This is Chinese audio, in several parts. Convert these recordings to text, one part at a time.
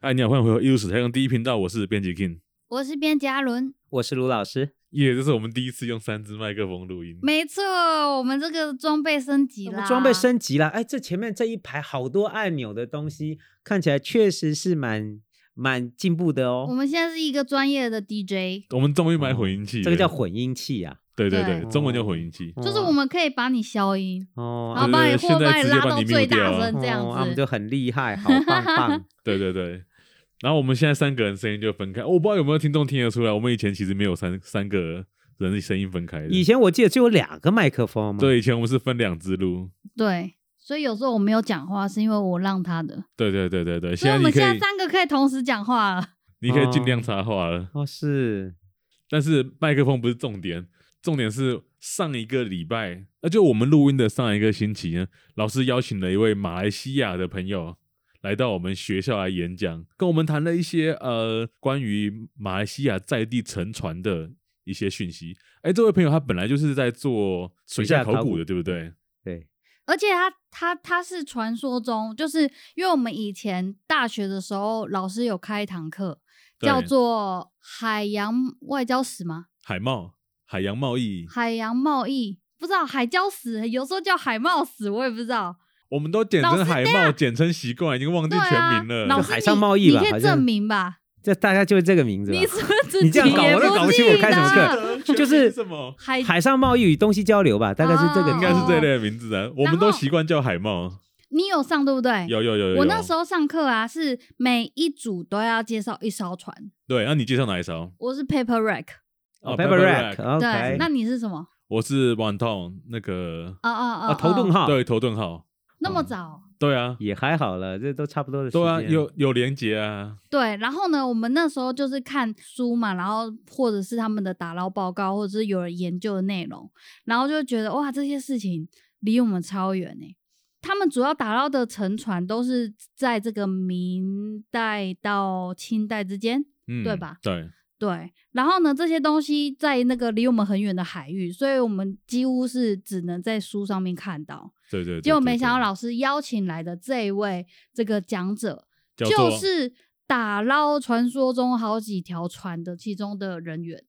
哎，你好，欢迎回到一如史台用第一频道，我是编辑 King。我是边嘉伦，嗯我是卢老师，耶、这是我们第一次用三支麦克风录音。没错，我们这个装备升级我啦，们装备升级了。哎，这前面这一排好多按钮的东西，看起来确实是蛮蛮进步的我哦。们现在是一个专业的 DJ，、我们终于买混音啊器了、这个叫混音器啊呀、对对对，对中文叫混音器。哦嗯就是我们可以把你消音，哦，然后对把啊嗯你对现或在把你直接拉把到你 mute 最掉大声这样哦啊我们子。就很厉害， 好棒棒。对对对。然后我们现在三个人声音就分开，哦我不知道有没有听众听得出来，我们以前其实没有三三个人的声音分开的。以前我记得只有两个麦克风嘛，，对，以前我们是分两支录。对，所以有时候我没有讲话，是因为我让他的。对对对对对，所以我你们可现在以三个可以同时讲话了。你可以尽量插话了，哦是，但是麦克风不是重点，重点是上一个礼拜，那就我们录音的上一个星期呢，老师邀请了一位马来西亚的朋友来到我们学校来演讲，跟我们谈了一些呃关于马来西亚在地沉船的一些讯息。哎，这位朋友他本来就是在做水下考古的，对不对？对，而且他他他是传说中，就是因为我们以前大学的时候，老师有开一堂课对叫做海洋外交史吗？海贸、海洋贸易，海洋贸易不知道海交史，有时候叫海贸史，我也不知道。我们都简称老师海等一贸，下简称习惯，已经忘记对啊全名，了。老就师海你上贸易吧你可好以像证明吧？这大概就是这个名字吧你。是不是自己啊你这样搞也我都不啊搞不清记我开什么得课就是什么？海海上贸易与东西交流吧，大概是这个哦名应字。该是这类的名字啊，我们都习惯叫海贸。你有上对不对？有有有有有。我那时候上课啊，是每一组都要介绍一艘船。对，啊那你介绍哪一艘？我是 Paper Rack，啊哦 Paper ，Paper Rack Rack，OK，对，那你是什么？我是 One Ton 那个啊啊啊！啊头盾啊号，对头盾号，那么早？对啊，也还好了，这都差不多的时间。对啊，有有连接啊，对，然后呢，我们那时候就是看书嘛，然后或者是他们的打捞报告，或者是有人研究的内容，然后就觉得哇，这些事情离我们超远呢、他们主要打捞的沉船都是在这个明代到清代之间，嗯，对吧？对，对，然后呢，这些东西在那个离我们很远的海域，所以我们几乎是只能在书上面看到。对对对。结果对没想到对老师邀请来的这一位这个讲者，叫做就是打捞传说中好几条船的其中的人员。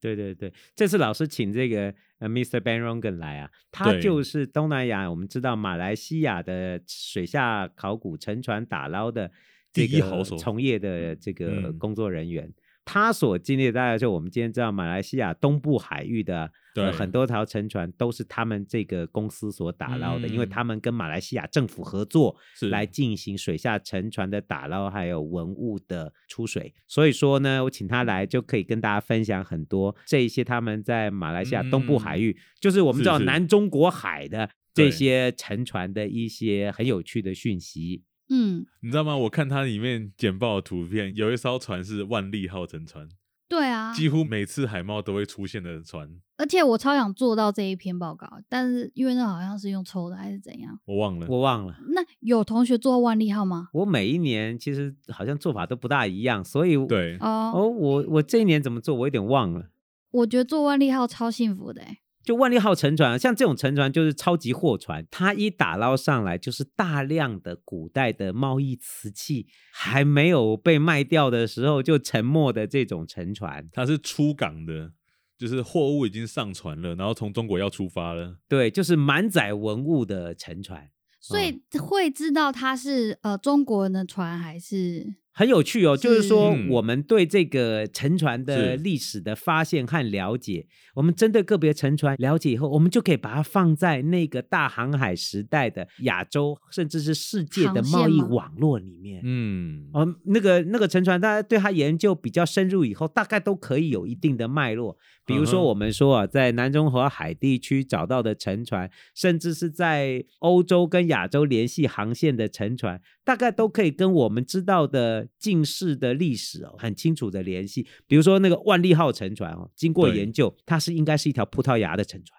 对对对，这次老师请这个呃 Mr. Ben Rongen 来啊，他对就是东南亚，我们知道马来西亚的水下考古沉船打捞的第这一好个手从业的这个嗯工作人员。他所经历的大概就我们今天知道马来西亚东部海域的、对呃、很多条沉船都是他们这个公司所打捞的，因为嗯他们跟马来西亚政府合作，是来进行水下沉船的打捞，还有文物的出水。所以说呢，我请嗯他来就可以跟大家分享很多这一些他们在马来西亚东部海域，就是我嗯们是知道是南中国海的对这些沉船的一些很有趣的讯息。嗯，你知道吗？我看它里面简报的图片，有一艘船是万利号沉船，对啊，几乎每次海猫都会出现的船，而且我超想做到这一篇报告，但是因为那好像是用抽的还是怎样。我忘了。我忘了。那有同学做万利号吗？我每一年其实好像做法都不大一样，所以对，哦、哦，我我这一年怎么做，我有点忘了。我觉得做万利号超幸福的、欸，就万利号沉船，啊像这种沉船就是超级货船，它一打捞上来就是大量的古代的贸易瓷器，还没有被卖掉的时候就沉没的这种沉船。它是出港的，就是货物已经上船了，然后从中国要出发了。对，就是满载文物的沉船，嗯所以会知道他是呃中国人的船还是很有趣哦。就是说嗯，我们对这个沉船的是历史的发现和了解，我们针对个别沉船了解以后，我们就可以把它放在那个大航海时代的亚洲甚至是世界的航线贸易吗网络里面。嗯，哦，那个那个沉船，大家对它研究比较深入以后，大概都可以有一定的脉络。比如嗯说，哼我们说啊，在南中国海地区找到的沉船，甚至是在欧洲跟亚洲联系航线的沉船，大概都可以跟我们知道的近世的历史哦很清楚的联系。比如说那个万利号沉船哦，经过对研究，它是应该是一条葡萄牙的沉船。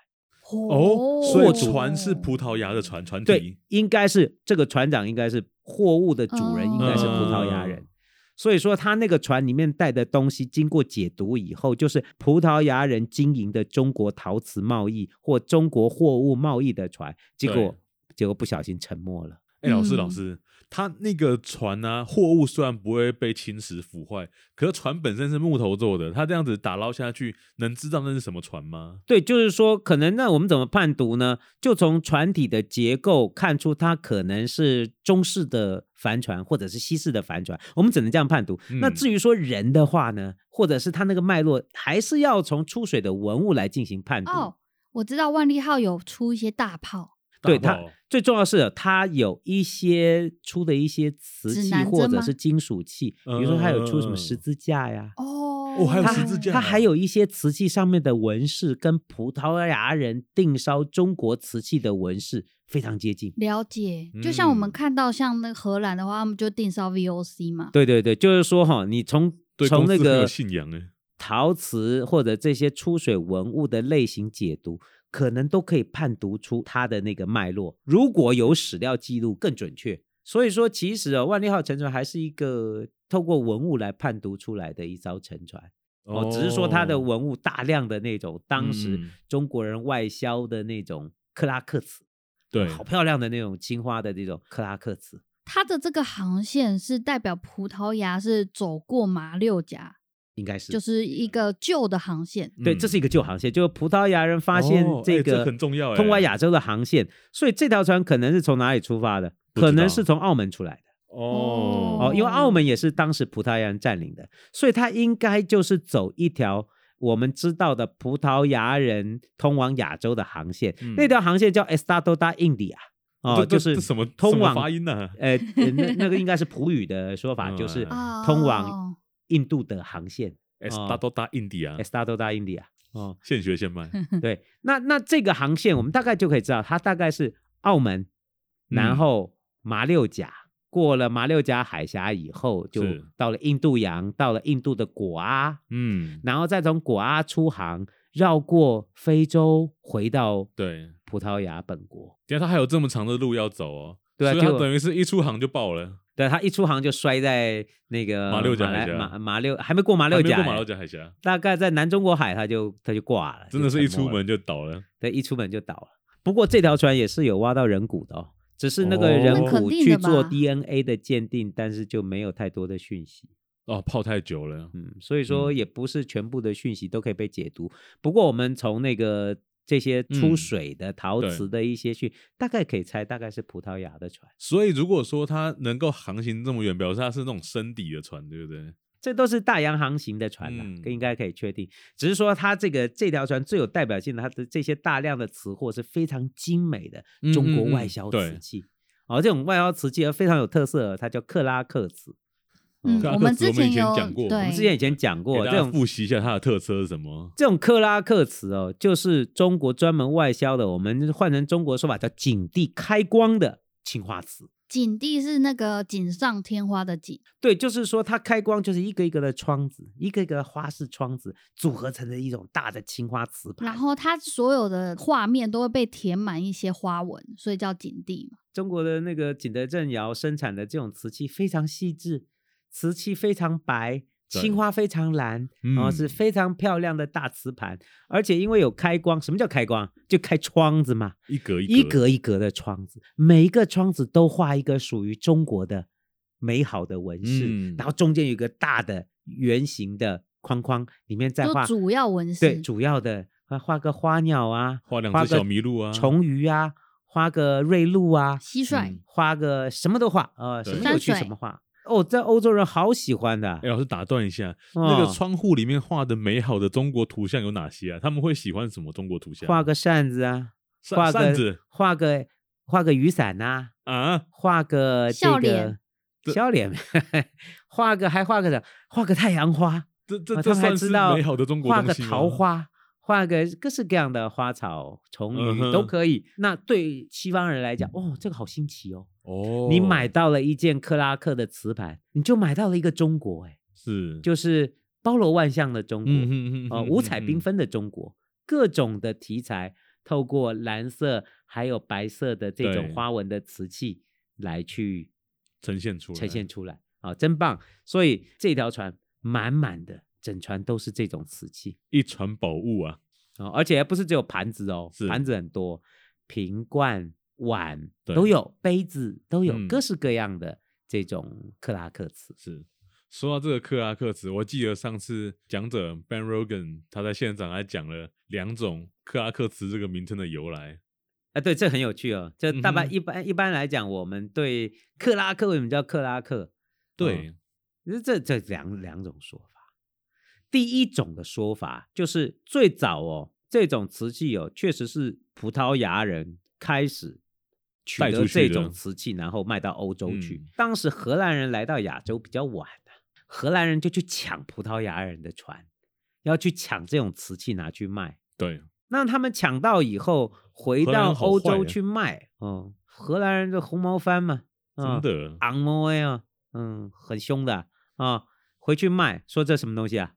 哦，所货以主船是哦葡萄牙的船船对体，，应该是这个船长应该是货物的主人，哦应该是葡萄牙人。嗯所以说，他那个船里面带的东西，经过解读以后，就是葡萄牙人经营的中国陶瓷贸易或中国货物贸易的船，结对果结果不小心沉没了。哎、老师，老嗯师，他那个船啊，货物虽然不会被侵蚀腐坏，可是船本身是木头做的，他这样子打捞下去，能知道那是什么船吗？对，就是说，可能那我们怎么判读呢？就从船体的结构看出，它可能是中式的帆船或者是西式的帆船，我们只能这样判读。那嗯至于说人的话呢，或者是它那个脉络，还是要从出水的文物来进行判读。哦，我知道万利号有出一些大炮，大对它炮最重要是啊它有一些出的一些瓷指器南或针者吗是金属器，比如说它有出嗯嗯什嗯么嗯十字架呀。哦，哦还有它十字架它还有一些瓷器上面的纹饰，跟葡萄牙人定烧中国瓷器的纹饰非常接近。了解，就像我们嗯看到像那荷兰的话，他们就定烧 VOC 嘛，对对对，就是说哈，你从对从公那司很有个信仰哎，陶瓷或者这些出水文物的类型解读，可能都可以判读出它的那个脉络。如果有史料记录更准确，所以说其实啊、万历号沉船还是一个透过文物来判读出来的一艘沉船。哦，只是说它的文物大量的那种当时嗯中国人外销的那种克拉克瓷，对好漂亮的那种青花的这种克拉克瓷。它的这个航线是代表葡萄牙是走过马六甲，应该是，就是一个旧的航线。对，这是一个个旧航线，就是葡萄牙人发现嗯哦哎这这个很重要通哎往亚洲的航线，所以这条船可能是从哪里出发的？不知可能道是从澳门出来的哦哦，因为澳哦门也是当时葡萄牙人占领的，所以它应该就是走一条我们知道的葡萄牙人通往亚洲的航线。嗯那条航线叫 Estado da India 哦，这这就是这什么通什么往发音呢？呃，呃那那个应该是葡语的说法，就是嗯哦通往印度的航线 s 哦 t a d o da India， Estado da India 哦。 现学现卖，对，那那这个航线我们大概就可以知道，它大概是澳门，嗯然后马六甲，过了马六甲海峡以后，就是到了印度洋，到了印度的果阿，嗯，然后再从果阿出航，绕过非洲，回到 对。葡萄牙本国。等一下他还有这么长的路要走哦，对啊所以他结果等于是一出航就爆了，对他一出航就摔在那个马六甲海来峡马马六还没过马马六甲欸，马六甲海峡，大概在南中国海他就他就挂了，真的就是一出沉没了门就倒了。对，一出门就倒了。不过这条船也是有挖到人骨的哦，只是那个人哦那肯骨定去的做吧 DNA 的鉴定，但是就没有太多的讯息。哦，泡太久了，嗯，所以说嗯也不是全部的讯息都可以被解读。不过我们从那个这些出嗯水的陶对瓷的一些讯，大概可以猜大概是葡萄牙的船，所以如果说它能够航行这么远，表示它是那种深底的船，对不对？这都是大洋航行的船啦，嗯应该可以确定。只是说它这个这条船最有代表性的，它的这些大量的瓷货是非常精美的嗯中国嗯外嗯销对瓷器。哦，这种外销瓷器呃非常有特色，它叫克拉克瓷。哦嗯，克拉我克们斯我之们以前前有讲过我对，们我们之前以前讲过，给这大家种复习一下它的特色是什么？这种克拉克瓷哦，就是中国专门外销的，我们换成中国说法叫景地开光的青花瓷。景地是那个锦上添花的锦，对，就是说它开光就是一个一个的窗子，一个一个的花式窗子组合成的一种大的青花瓷盘。然后它所有的画面都会被填满一些花纹，所以叫景地嘛。中国的那个景德镇窑生产的这种瓷器非常细致，瓷器非常白，对青花非常蓝，然哦后是嗯非常漂亮的大瓷盘。而且因为有开光，什么叫开光？就开窗子嘛，一格一格，格一格的窗子，每一个窗子都画一个属于中国的美好的纹饰，嗯然后中间有一个大的圆形的框框，里面再就画主要纹对饰主要的，啊画个花鸟啊，画两画只小个麋鹿啊，虫鱼啊，画个瑞鹿啊，蟋蟀、嗯花个什么都画，呃，对什么有趣山水什么画。哦，在欧洲人好喜欢的，哎，老师打断一下，那个哦窗户里面画的美好的中国图像有哪些啊？他们会喜欢什么中国图像？画个扇子啊，扇画扇个子画个画个雨伞呐、啊，画个这笑个脸这笑脸，画个还画个啥？画个太阳花，这这啊这他们还算知是道美好的中国画东个西吗桃，花，画个各式各样的花草、虫嗯鱼、哼都可以。那对西方人来讲，哦，这个好新奇哦！哦，你买到了一件克拉克的瓷盘，你就买到了一个中国，哎，是就是包罗万象的中国。嗯嗯呃，五彩缤纷。纷的中国，各种的题材，透过蓝色还有白色的这种对花纹的瓷器来去呈现出来，呈现出来，啊、真棒！所以这条船满满的，整船都是这种瓷器一船宝物啊，啊、而且还不是只有盘子哦是，盘子很多，瓶罐、碗对都有，杯子都有，嗯各式各样的这种克拉克瓷。是说到这个克拉克瓷，我记得上次讲者 Ben Rogan 他在现场还讲了两种克拉克瓷这个名称的由来。啊，对，这很有趣哦。这大嗯半哼一般一般来讲，我们对克拉克为什么叫克拉克？对，嗯，这这两两种说法。第一种的说法就是最早哦，这种瓷器哦，确实是葡萄牙人开始取带得出去这的种瓷器，然后卖到欧洲去。嗯当时荷兰人来到亚洲比较晚啊荷兰人就去抢葡萄牙人的船，要去抢这种瓷器拿去卖。对，那他们抢到以后回荷兰到人好欧坏洲啊去卖，嗯，荷兰人的红毛番嘛，嗯真的，昂毛哎啊，嗯，很凶的啊，回去卖，说这什么东西啊？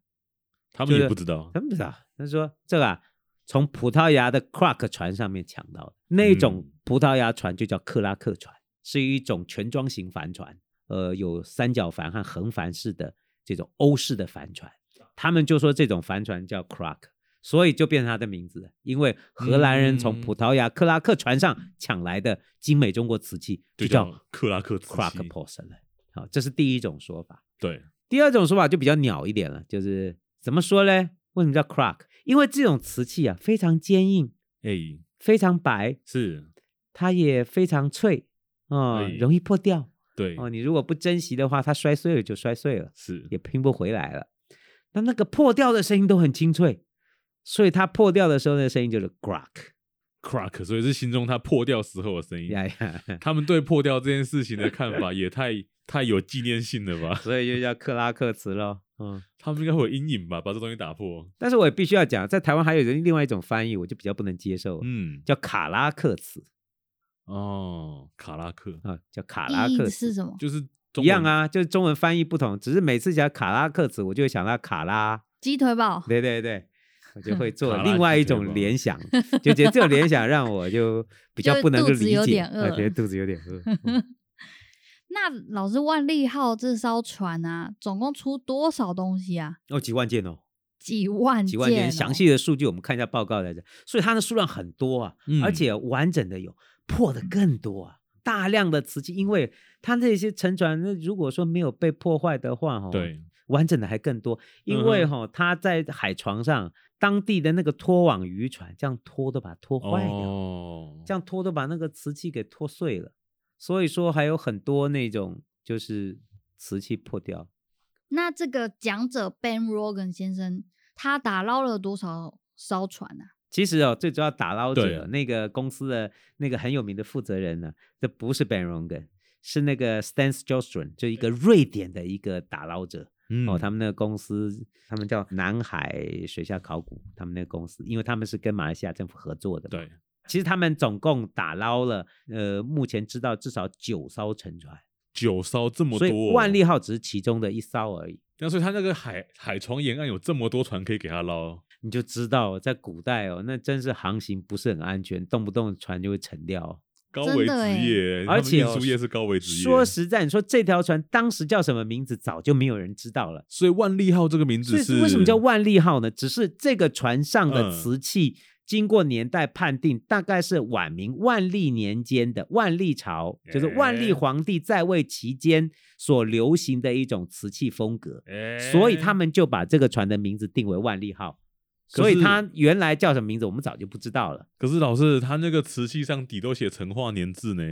他们就也是不知道他。们不知道，他说这个、啊、从葡萄牙的 Croc 船上面抢到的，那种嗯葡萄牙船就叫克拉克船，是一种全装型帆船，呃，有三角帆和横帆式的这种欧式的帆船，他们就说这种帆船叫 Croc。所以就变成它的名字了，因为荷兰人从嗯葡萄牙克拉克船上抢来的精美中国瓷器，就就叫叫克拉克瓷 Croc 器 porcelain。好，这是第一种说法。对，第二种说法就比较鸟一点了，就是怎么说嘞？为什么叫 crock？因为这种瓷器啊非常坚硬，哎，非常白，是，它也非常脆，啊、哎容易破掉对，哦。你如果不珍惜的话，它摔碎了就摔碎了，是，也拼不回来了。那那个破掉的声音都很清脆，所以它破掉的时候，那声音就是 crock。 crack，所以是形容它破掉时候的声音。呀呀，他们对破掉这件事情的看法也太太有纪念性了吧？所以就叫克拉克瓷咯。嗯。他们应该会有阴影吧？把这东西打破。但是我也必须要讲，在台湾还有人另外一种翻译，我就比较不能接受，嗯，叫卡拉克瓷哦，卡拉克啊，叫卡拉克意义瓷是什么？就是一中样文，啊，就是中文翻译不同，只是每次讲卡拉克瓷，我就会想到卡拉，鸡腿堡。对对对，我就会做 卡拉另外一鸡腿种堡联想，就觉得这种 联想让我就比较就不能够肚子理有解，点啊饿觉得肚子有点 饿。嗯那老师，万利号这艘船啊，总共出多少东西啊？哦，几万件哦，几万几万件，哦详细的数据我们看一下报告来着，所以它的数量很多啊，嗯而且完整的有，破的更多啊，大量的瓷器，因为它那些沉船，那如果说没有被破坏的话，哦，，对，完整的还更多，因为嗯哈、它在海床上，当地的那个拖网渔船这样拖都把它拖坏掉，哦，这样拖都把那个瓷器给拖碎了，所以说还有很多那种就是瓷器破掉，那这个讲者 Ben Rogan 先生，他打捞了多少艘船啊？其实哦，最主要打捞者对啊那个公司的那个很有名的负责人呢，这不是 Ben Rongen，是那个 Stan Johnson，就一个瑞典的一个打捞者。嗯哦，他们那个公司，他们叫南海水下考古，他们那个公司，因为他们是跟马来西亚政府合作的。，对，其实他们总共打捞了，呃，目前知道至少九艘沉船，九艘这么所多以哦，万利号只是其中的一艘而已。那所以他那个海海床沿岸有这么多船可以给他捞，你就知道，在古代哦，那真是航行不是很安全，动不动船就会沉掉哦。高真危的欸职业，而他们且哦运输业是高危职业。说实在，你说这条船当时叫什么名字，早就没有人知道了。所以万利号这个名所字以是为什么叫万利号呢？只是这个船上的嗯瓷器经过年代判定，大概是晚明万历年间的万历朝，就是万历哎皇帝在位期间所流行的一种瓷器风格，哎？所以他们就把这个船的名字定为万利号。可所以是它原来叫什么名字，我们早就不知道了。可是老师他那个瓷器上底都写成化年字呢。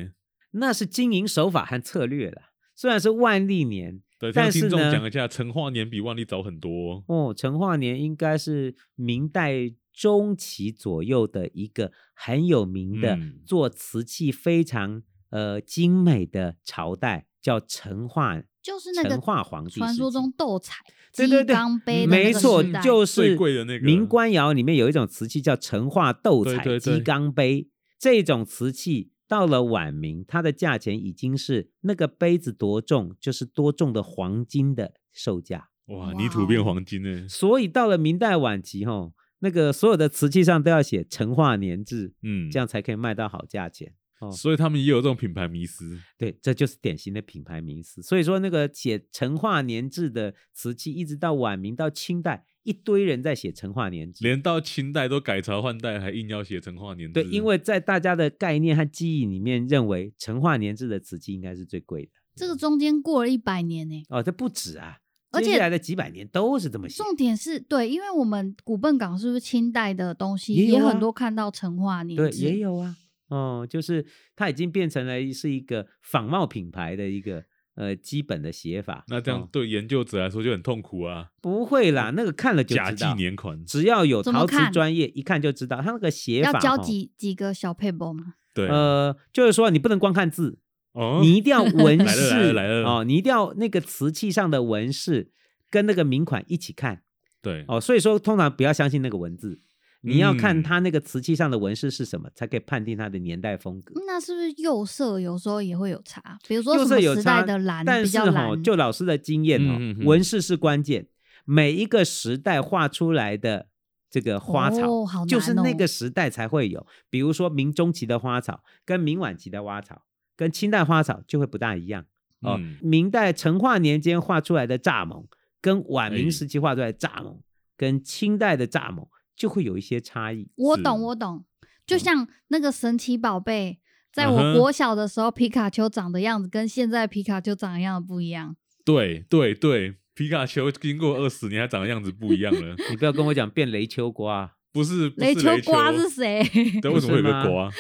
那是经营手法和策略了。虽然是万历年，对，但听是听众呢讲一下，成化年比万历早很多哦。哦，成化年应该是明代中期左右的一个很有名的嗯做瓷器非常呃精美的朝代，叫成化就是那个成化皇帝传时说期中斗彩对对对鸡缸杯的那没个错时代，就是最贵的那个明官窑里面有一种瓷器叫成化斗对彩对鸡对缸杯，这种瓷器到了晚明，它的价钱已经是那个杯子多重，就是多重的黄金的售价。哇，哇泥土变黄金呢。所以到了明代晚期，吼，那个所有的瓷器上都要写成化年制，嗯，这样才可以卖到好价钱。哦所以他们也有这种品牌迷思。对，这就是典型的品牌名词。所以说，那个写成化年制的瓷器，一直到晚明到清代，一堆人在写成化年制。连到清代都改朝换代，还硬要写成化年制。对，因为在大家的概念和记忆里面，认为成化年制的瓷器应该是最贵的。这个中间过了一百年呢、哦，这不止啊，而接且下来的几百年都是这么写。重点是对，因为我们古笨港是不是清代的东西也有啊很多看到成化年对，制也有啊。哦，就是它已经变成了是一个仿冒品牌的一个呃基本的写法。那这样哦对研究者来说就很痛苦啊，不会啦，那个看了就假知纪道。年款。只要有怎么陶瓷看专业，一看就知道它那个写要法。教哦几几个小配博嘛，对，呃，就是说你不能光看字，哦，你一定要纹来了饰来了来了哦，你一定要那个瓷器上的纹饰跟那个名款一起看对，哦。所以说，通常不要相信那个文字，你要看嗯它那个瓷器上的纹饰是什么，才可以判定它的年代风格。那是不是釉色有时候也会有差？比如说釉什色么有时差代的蓝但啊比是较哈、蓝，就老师的经验哦，嗯嗯嗯纹饰是关键，每一个时代画出来的。这个花草、哦好就是难那哦个时代才会有，比如说明中期的花草，跟明晚期的花草，跟清代花草就会不大一样。哦，嗯明代成化年间画出来的蚱蜢，跟晚哎明时期画出来的蚱蜢，跟清代的蚱蜢就会有一些差异。我是懂我懂，就嗯像那个神奇宝贝。在嗯我哼国小的时候，皮卡丘长的样子跟现在皮卡丘长的样子不一样。对对对，皮卡丘经过二十年还长的样子不一样了， 你不要跟我讲变雷丘 瓜，啊不是不是雷丘丘瓜是？谁？对，不为什么会有是吗个瓜？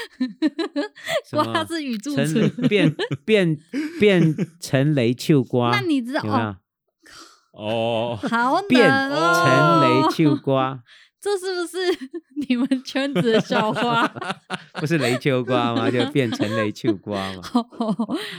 什 瓜么是宇宙陈村。变变变成雷丘 瓜，那你知道有没有哦？哦，好变难成哦！ 雷丘瓜？这是不是你们圈子的笑话？。不是雷丘瓜吗？就变成雷丘瓜嘛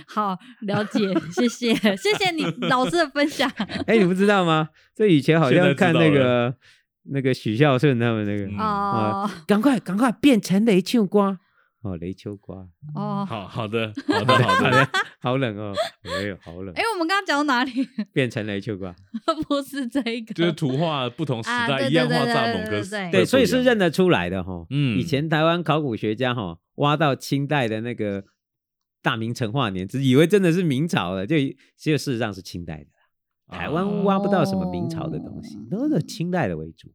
好，了解，谢谢，谢谢你老师的分享。哎，你不知道吗？这以前好现在像知看道那了个那个许孝顺他们那个嗯，哦赶快赶快变成雷丘瓜哦，雷丘瓜，哦，好好 的好的好的，好冷哦，哎呦，好冷哎，，我们刚刚讲到哪里？ 变成雷丘瓜，不是这一个，就是图画不同时啊代对一样对画对蚱蜢，对对可是对会对，不所以一是样认得出来的哈。嗯以前台湾考古学家哈挖到清代的那个大明成化年，只以为真的是明朝的，就就事实上是清代的。哦台湾挖不到什么明朝的东西哦，都是清代的为主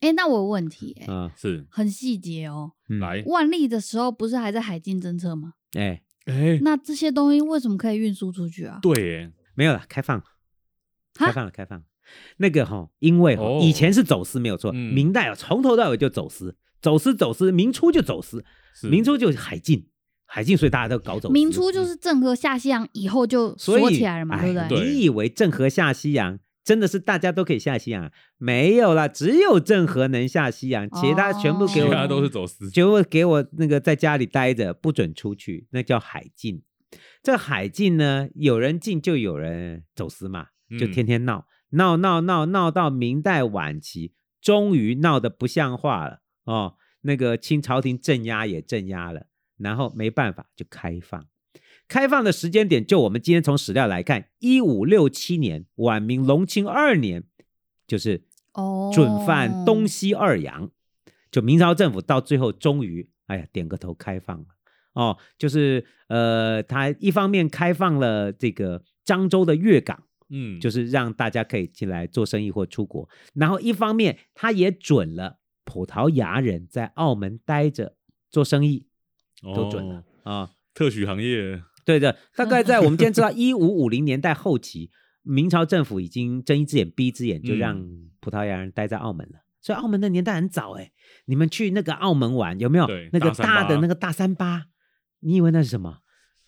哎，那我有问题，哎，啊。是很细节哦。嗯，来万历的时候不是还在海禁侦测吗？哎，哎那这些东西为什么可以运输出去啊？对耶没有了，开放了，开哈放了，开放了。那个哈，因为哈哦以前是走私没有错，嗯明代啊从头到尾就走私，走私走私，明初就走私，是明初就海禁，海禁，所以大家都搞走私。嗯明初就是郑和下西洋以后就所锁以起来了嘛，哎对不对你以为郑和下西洋真的是大家都可以下西洋啊？没有啦，只有郑和能下西洋，其他全部其给哦我，他都是走私， 全部给我那个在家里待着，不准出去，那叫海禁。这海禁呢，有人进就有人走私嘛，就嗯天天闹、闹闹闹闹到明代晚期，终于闹得不像话了哦。那个清朝廷镇压也镇压了，然后没办法就开放。开放的时间点，就我们今天从史料来看，一五六七年，晚明隆庆二年，就是哦，准犯东西二洋。就明朝政府到最后终于，哎呀，点个头开放了。哦，就是呃，他一方面开放了这个漳州的粤港，嗯，就是让大家可以进来做生意或出国。然后一方面，他也准了葡萄牙人在澳门待着做生意都准了哦啊、特许行业，对的，大概在我们今天知 道一五五零年代后期，明朝政府已经睁一只眼闭一只眼，就让嗯葡萄牙人待在澳门了。所以澳门的年代很早哎、你们去那个澳门玩有没有对？那个大三大的巴那个大三巴，你以为那是什么？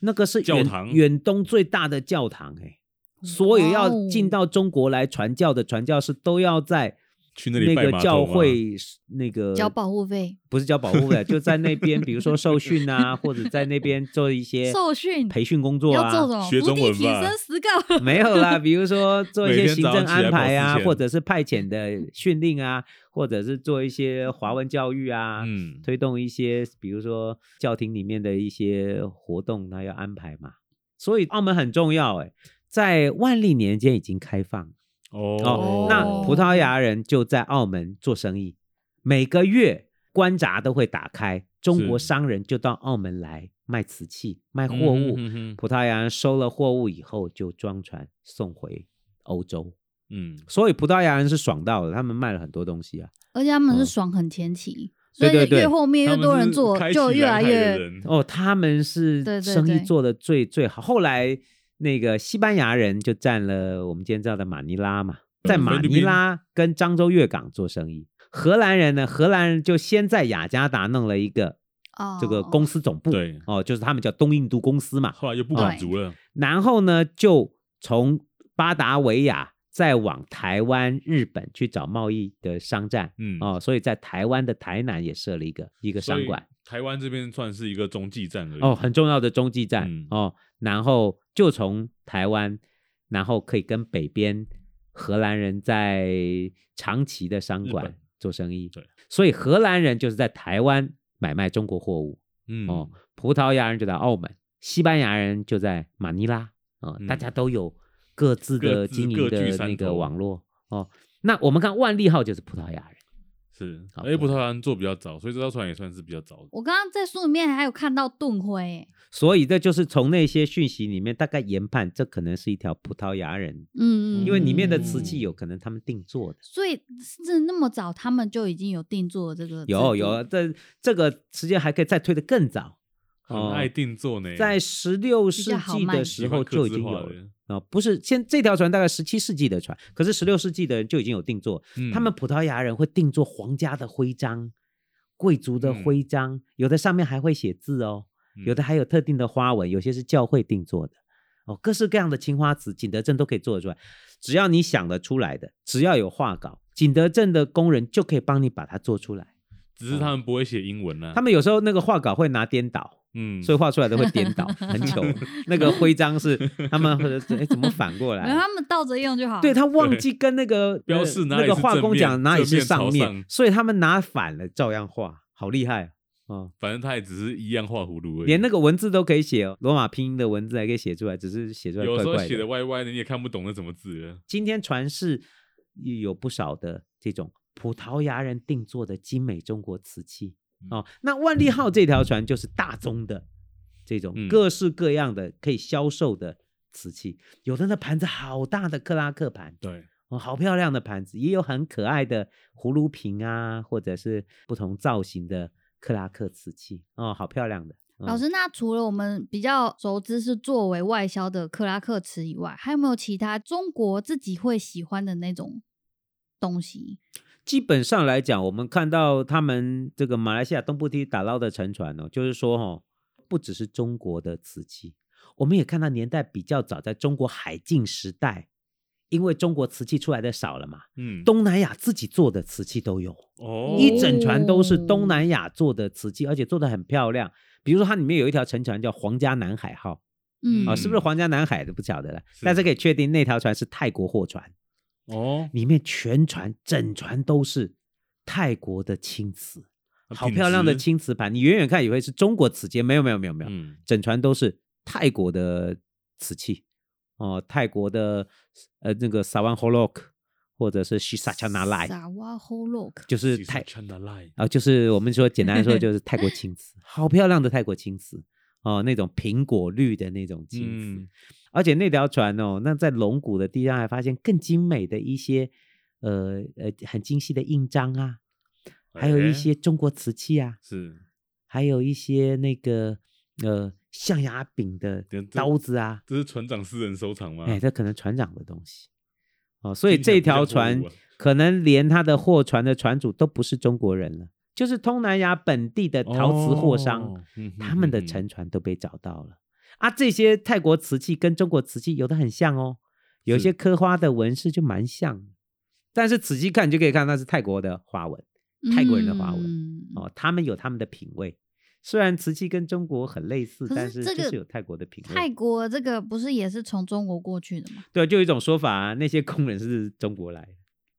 那个是教远堂远东最大的教堂哎、所有哇哦要进到中国来传教的传教士都要在去那里那拜个码头教吗会那个交保护费，不是交保护费，就在那边，比如说受训啊，或者在那边做一些受训培训工作要啊，做什么？学伏中地文起吧身实告。 没有啦，比如说做一每天些行早上政起来安排跑啊，四或者是派遣的训令啊， 或者是做一些华文教育啊，嗯，推动一些比如说教廷里面的一些活动，他要安排嘛。所以澳门很重要哎、在万历年间已经开放了哦哦，那葡萄牙人就在澳门做生意，每个月关闸都会打开，中国是商人就到澳门来卖瓷器、卖货物。嗯哼哼哼葡萄牙人收了货物以后，就装船送回欧洲。嗯，所以葡萄牙人是爽到了，他们卖了很多东西啊。而且他们是嗯爽很前期，所对对以就对越后面他越们多人是做，开就启越蓝来海的越人哦，他们是对对生意对做的最最好。后来那个西班牙人就占了我们今天知道的马尼拉嘛，在嗯菲马律尼宾拉跟漳州粤港做生意。荷兰人呢，荷兰人就先在雅加达弄了一个哦，这个公司总部，对哦，就是他们叫东印度公司嘛。后来就不满足了，然后呢，就从巴达维亚再往台湾、日本去找贸易的商站。嗯，哦，所以在台湾的台南也设了一个一个所商以馆，台湾这边算是一个中继站而已。哦，很重要的中继站、嗯哦，然后就从台湾，然后可以跟北边荷兰人在长崎的商日馆本做生意，对，所以荷兰人就是在台湾买卖中国货物，嗯，哦，葡萄牙人就在澳门，西班牙人就在马尼拉，哦，大嗯家都有各自各的自经营各据的山那个头网络，哦，那我们看万利号就是葡萄牙人，是，好哦因为葡萄牙人做比较早，所以这艘船也算是比较早的。我刚刚在书里面还有看到盾徽耶，所以这就是从那些讯息里面大概研判，这可能是一条葡萄牙人嗯，嗯因为里面的嗯瓷嗯器有可能他们定做的，所以是那么早，他们就已经有定做这个制有啊度有这这个时间还可以再推得更早，很爱定做呢，在十六比世较好纪卖的时候就已经有了了。啊、不是现这条船大概十七世纪的船，可是十六世纪的人就已经有定做，嗯他们葡萄牙人会定做皇家的徽章、贵族的嗯徽章，有的上面还会写字哦，有的嗯还有特定的花纹，有些是教会定做的。哦，各式各样的青花瓷，景德镇都可以做得出来。只要你想得出来的，只要有画稿，景德镇的工人就可以帮你把它做出来。只是他们不会写英文啦。他们有时候那个画稿会拿颠倒，嗯，所以画出来都会 颠倒，很糗。那个徽章是他们或者是哎怎么反过 没有来他？们倒着用就好。对他忘对记跟那个标示呃哪那里个是画正工面讲哪里正是面上朝面上，所以他们拿反了照样画，好厉害哦！反正他也只是一样画葫芦而已，连那个文字都可以写哦，罗马拼音的文字还可以写出来，只是写出来有怪时候怪写的的。歪歪的，你也看不懂那什么字了。今天传世有不少的这种葡萄牙人定做的精美中国瓷器嗯哦。那万利号这条船就是大宗的这种嗯各式各样的可以销售的瓷器，有的那盘子好大的克拉克盘，对，哦，好漂亮的盘子，也有很可爱的葫芦瓶啊，或者是不同造型的克拉克瓷器哦，好漂亮的。嗯老师，那除了我们比较熟知是作为外销的克拉克瓷以外，还有没有其他中国自己会喜欢的那种东西？基本上来讲，我们看到他们这个马来西亚东部地区打捞的沉船哦，就是说哦，不只是中国的瓷器，我们也看到年代比较早，在中国海禁时代，因为中国瓷器出来的少了嘛，嗯，东南亚自己做的瓷器都有，哦，一整船都是东哦南亚做的瓷器，而且做的很漂亮。比如说它里面有一条沉船叫皇家南海号嗯，啊、是不是皇家南海的不晓得了，是但是可以确定那条船是泰国货船。哦，里面全船整船都是泰国的青瓷，好漂亮的啊品质，青啊瓷盘，你远远看以为是中国瓷器，没有没有没有没有，嗯，整船都是泰国的瓷器，哦、泰国的呃那个 Sawan Holok 或者是 Shisachana Lai，萨瓦霍洛克，就是泰的 line，啊、就是我们说简单 说就是泰国青瓷，好漂亮的泰国青瓷哦、那种苹果绿的那种青瓷。嗯，而且那条船哦，那在龙骨的地上还发现更精美的一些，呃呃，很精细的印章啊，还有一哎些中国瓷器啊，是还有一些那个呃象牙柄的这刀子啊，这是船长私人收藏吗？哎，这可能船长的东西哦，所以听起来这不像条货船物啊可能连他的货船的船主都不是中国人了，就是东南亚本地的呃陶瓷货商。哦嗯他们的嗯嗯沉船都被找到了啊！这些泰国瓷器跟中国瓷器有的很像哦，有是些刻花的纹饰就蛮像的，但是仔细看你就可以看那是泰国的花纹泰国人的华文嗯哦，他们有他们的品味。虽然瓷器跟中国很类似，可但是是这就个是有泰国的品泰味。国这个不是也是从中国过去的吗？对，就有一种说法、啊，那些工人是中国来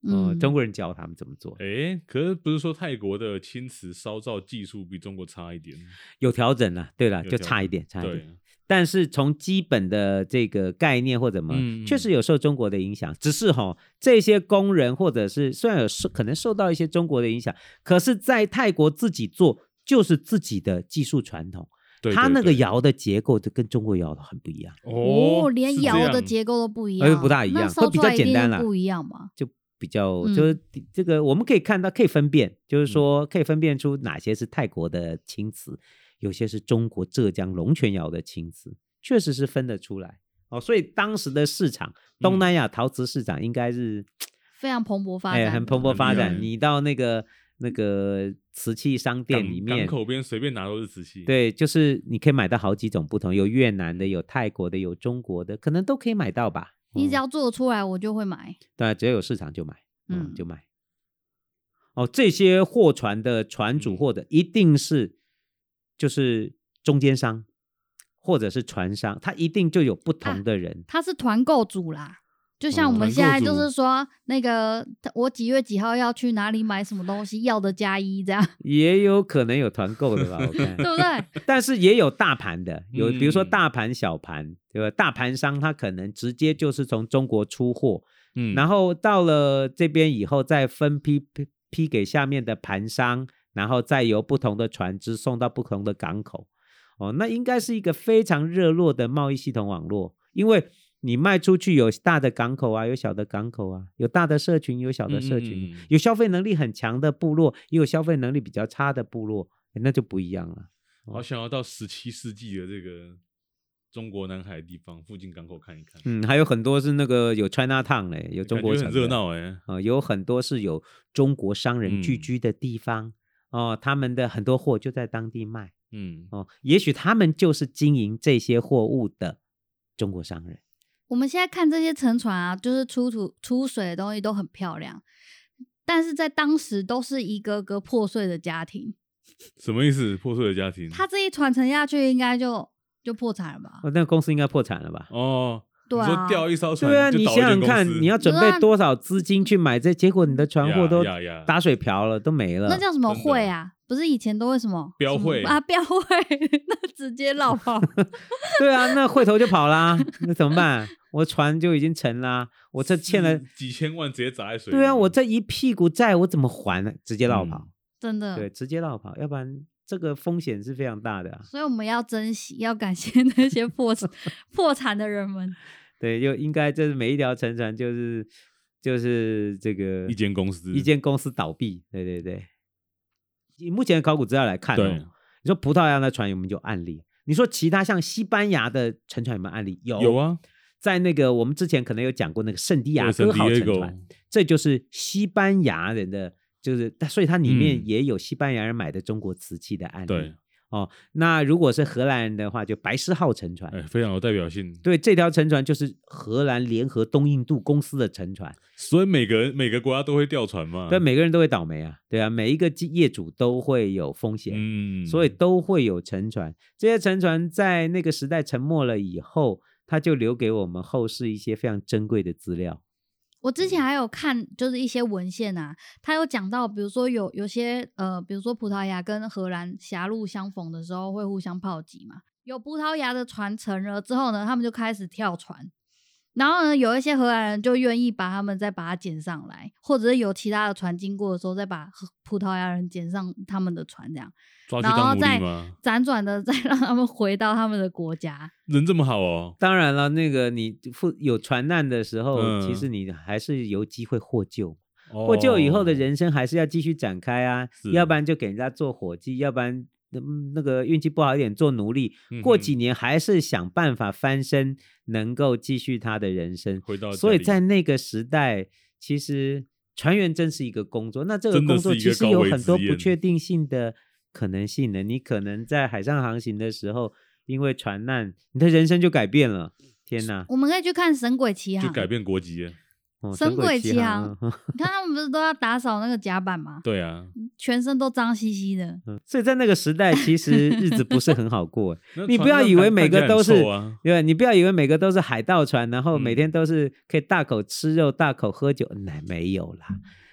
的，哦、嗯，中国人教他们怎么做，哎，可是不是说泰国的青瓷烧造技术比中国差一点？有调整了、对了，有就调差一整点，差一点。对，但是从基本的这个概念或怎么，嗯嗯确实有受中国的影响。只是哈，这些工人或者是虽然有受可能受到一些中国的影响，可是，在泰国自己做就是自己的技术传统，对它对那个对窑的结构就跟中国窑的很不一样，哦，连是这窑的样结构都不一哎样，不大一那样烧会比出较来一简定单是啦不一样嘛。就比较嗯就是这个我们可以看到可以分辨，就是说可以分辨出哪些是泰国的青瓷，有些是中国浙江龙泉窑的青瓷，确实是分得出来哦。所以当时的市场，东嗯南亚陶瓷市场应该是非常蓬勃发哎，展，很蓬勃很发厉展。害你到那个那个瓷器商店港里港面，口边随便拿都是瓷器，，对，就是你可以买到好几种不同，有越南的，有泰国的，有中国的，可能都可以买到吧。哦你只嗯要做得出来，我就会买。当然只要有市场就买，嗯，嗯就买。哦，这些货船的船主嗯或者一定是就是中间商，或者是船商，他一定就有不同的人。他是团购组啦，就像哦我们团现购在就组是说，那个我几月几号要去哪里买什么东西，要的加一这 样，也有可能有团购的吧，我看对，不对？但是也有大盘的，有比如说嗯大盘、小盘，对吧？大盘商他可能直接就是从中国出货，嗯，然后后到了这边以后，再分批批批给下面的盘商，然后再由不同的船只送到不同的港口。哦，那应该是一个非常热络的贸易系统网络，因为你卖出去有大的港口啊，有小的港口啊，有大的社群，有小的社群，嗯嗯嗯有消费能力很强的部落，也有消费能力比较差的部落，诶那就不一样了。嗯好想要到十七世纪的这个中国南海地方附近港口看一看，嗯，还有很多是那个有 China Town 嘞，有中感国觉城很热的闹哎，呃，有很多是有中国商人聚嗯居的地方哦、他们的很多货就在当地卖嗯，哦、也许他们就是经营这些货物的中国商人。我们现在看这些沉船啊，就是出土出水的东西都很漂亮，但是在当时都是一个个破碎的家庭，什么意思？破碎的家庭，他这一传承下去，应该就就破产了吧？哦，那公司应该破产了吧？哦，对你说啊，掉一艘船，对啊，就你倒想一间想公看，司你要准对备啊多少资金去买这？结果你的船货呀都呀呀打水漂了，都没了那。叫什么真的会啊？不是以前都会什么标什么会啊？标会， 那直接绕跑。对啊，那会头就跑啦，那怎么办？我船就已经沉啦，我这欠了是。几千万，直接砸在水里。对啊，我这一屁股债我怎么还呢？直接落跑。嗯真的。对，直接绕跑，要不然这个风险是非常大的、啊。所以我们要珍惜，要感谢 那些破 破产的人们。对，就应该就是每一条沉船就是就是这个一间公司，一间公司倒闭。对对对，以目前的考古资料来看、对哦，你说葡萄牙的船有没有案例？你说其他像西班牙的沉船有没有案例？有有，啊，在那个我们之前可能有讲过那个圣地亚对圣哥地号沉亚哥船，这就是西班牙人的，就是所以它里面嗯也有西班牙人买的中国瓷器的案例。对，哦，那如果是荷兰人的话，就白狮号沉船。哎，非常有代表性。对，这条沉船就是荷兰联合东印度公司的沉船，所以每个人每个国家都会掉船嘛。对，每个人都会倒霉啊，对啊，每一个基业主都会有风险，嗯，所以都会有沉船。这些沉船在那个时代沉没了以后，它就留给我们后世一些非常珍贵的资料。我之嗯前还有看，就是一些文献啊，他有讲到，比如说有有些呃，比如说葡萄牙跟荷兰狭路相逢的时候会互相炮击嘛。有葡萄牙的船沉了之后呢，他们就开始跳船，然后呢，有一些荷兰人就愿意把他们再把它捡上来，或者是有其他的船经过的时候再把荷葡萄牙人捡上他们的船，这样，抓去然后当奴再隶吗？辗转的 再让他们回到他们的国家。人这么好哦，当然了，那个你负有船难的时候，其嗯实你还是有机会获救。获获救以后的人生还是要继续展开啊，哦是要不然就给人家做伙计，要不然、嗯那个运气不好一点做奴隶，过嗯哼几年还是想办法翻身，能够继续他的人生。回到家里，所以在那个时代，其实船员真是一个工作。那这个真的工作是一其个实高有危很职多不业确定性的可能性的，你可能在海上航行的时候，因为船难，你的人生就改变了。天哪！我们可以去看《神鬼奇航就》，改变国籍了。哦神鬼奇奇航啊你看他们不是都要打扫那个甲板吗？对啊，全身都脏兮兮的。嗯所以在那个时代，其实日子不是很好过。那你船不要上以为看每看起个来都很是瘦啊，对，你不要以为每个都是海盗船，然后每嗯天都是可以大口吃肉、大口喝酒，那没有啦。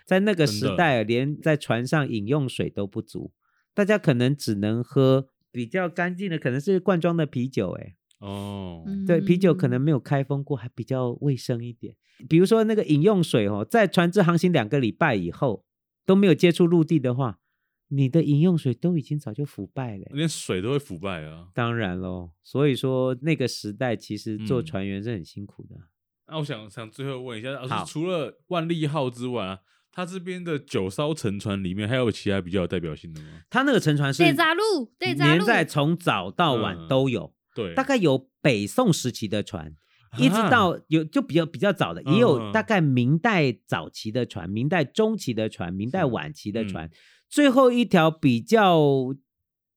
在那个嗯真时的代，啊连在船上饮用水都不足，大家可能只能喝比较干净的，可能是罐装的啤酒、欸，哦，嗯对，啤酒可能没有开封过，还比较卫生一点。比如说那个饮用水哦，在船只航行两个礼拜以后都没有接触陆地的话，你的饮用水都已经早就腐败了。欸连水都会腐败啊。当然喽，所以说那个时代其实做嗯船员是很辛苦的。那我想想最后问一下，老好师，除了万利号之外啊，它这边的九艘沉船里面还有其他比较有代表性的吗？他那个沉船是对杂路，对杂年路，代从早到晚嗯都有，对，大概有北宋时期的船，一直啊到有就比较比较早的，也有嗯大概明代早期的船、明代中期的船、明代是晚期的嗯船，最后一条比较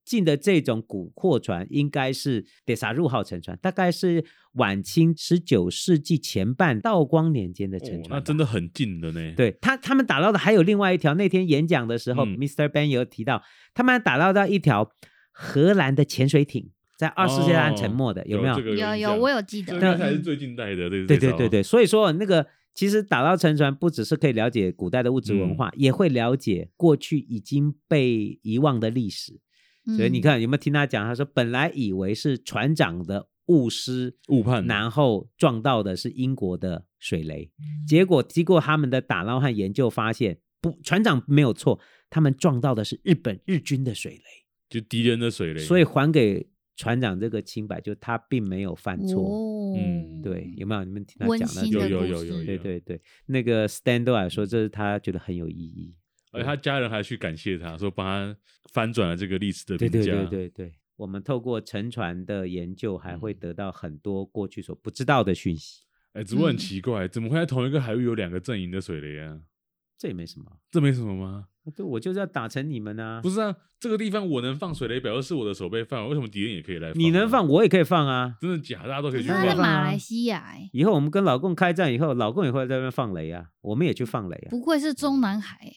近的这种古货船应该是得萨入号沉船，大概是晚清十九世纪前半道光年间的哦沉船吧、那真的很近的呢。，对他，他们打捞的还有另外一条。那天演讲的时候、嗯 m r Ben 有提到，他们还打捞到一条荷兰的潜水艇，在二次世界大战沉没的，有没有？哦这个啊有印有，象我有记这得，应该才是最近代的，对对对对，对，所以说那个其实打捞沉船不只是可以了解古代的物质嗯文化，也会了解过去已经被遗忘的历史。嗯所以你，看有没有听他讲？他说本来以为是船长的误失误判然后撞到的是英国的水雷。嗯结果经过他们的打捞和研究发现，不，船长没有错，他们撞到的是日本日军的水雷，就敌人的水雷，所以还给船长这个清白，就他并没有犯错。哦，嗯对，有没有？你们听他温讲馨那的有个？有有故有事有对对对，那个 Stan 都来说，这是他觉得很有意义。而且他家人还去感谢他，说帮他翻转了这个历史的对评对价。对对对，我们透过沉船的研究，还会嗯得到很多过去所不知道的讯息。哎，只不过嗯很奇怪，怎么会在同一个海域有两个阵营的水雷啊？这也没什么，这没什么吗？对我就是要打沉你们啊！不是啊，这个地方我能放水雷，表示是我的守备范围，为什么敌人也可以来放呢？你能放，我也可以放啊。真的假的？大家都可可以是去他那在个放。马来西亚、欸，以后我们跟老共开战以后，老共也会在那边放雷啊，我们也去放雷啊不。愧是中南海、欸，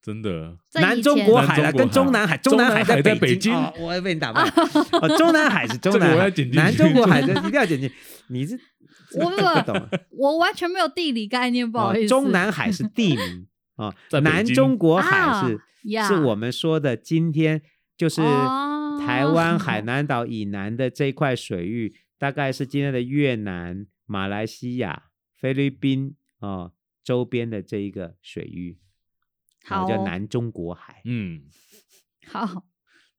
真的，在以南中前国海啦，南中国海跟中南海，中南海中南海在北北京哦我也被 你打败。哦，中南海是中 这南个我海要剪，进去南中国海这一定要剪进去。你这我 不不懂啊，我完全没有地理概念，不好哦意思。中南海是地名啊， 在北京南中国海啊是呀是我们说的今天就是哦台 湾海南岛以南的这一块水域，大概是今天的越南、马来西亚、菲律宾啊、哦周边的这一个水域，然后好叫哦南中国海。嗯。好，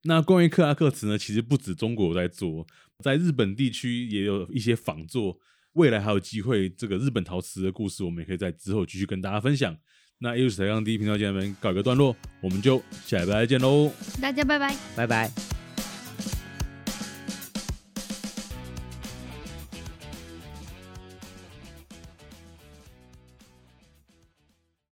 那关于克拉克词呢，其实不止中国有在做，在日本地区也有一些仿作。未来还有机会，这个日本陶瓷的故事，我们也可以在之后继续跟大家分享。那又是台上第一频道，今天到这边告一个段落，我们就下礼拜再见喽。大家拜拜。拜拜。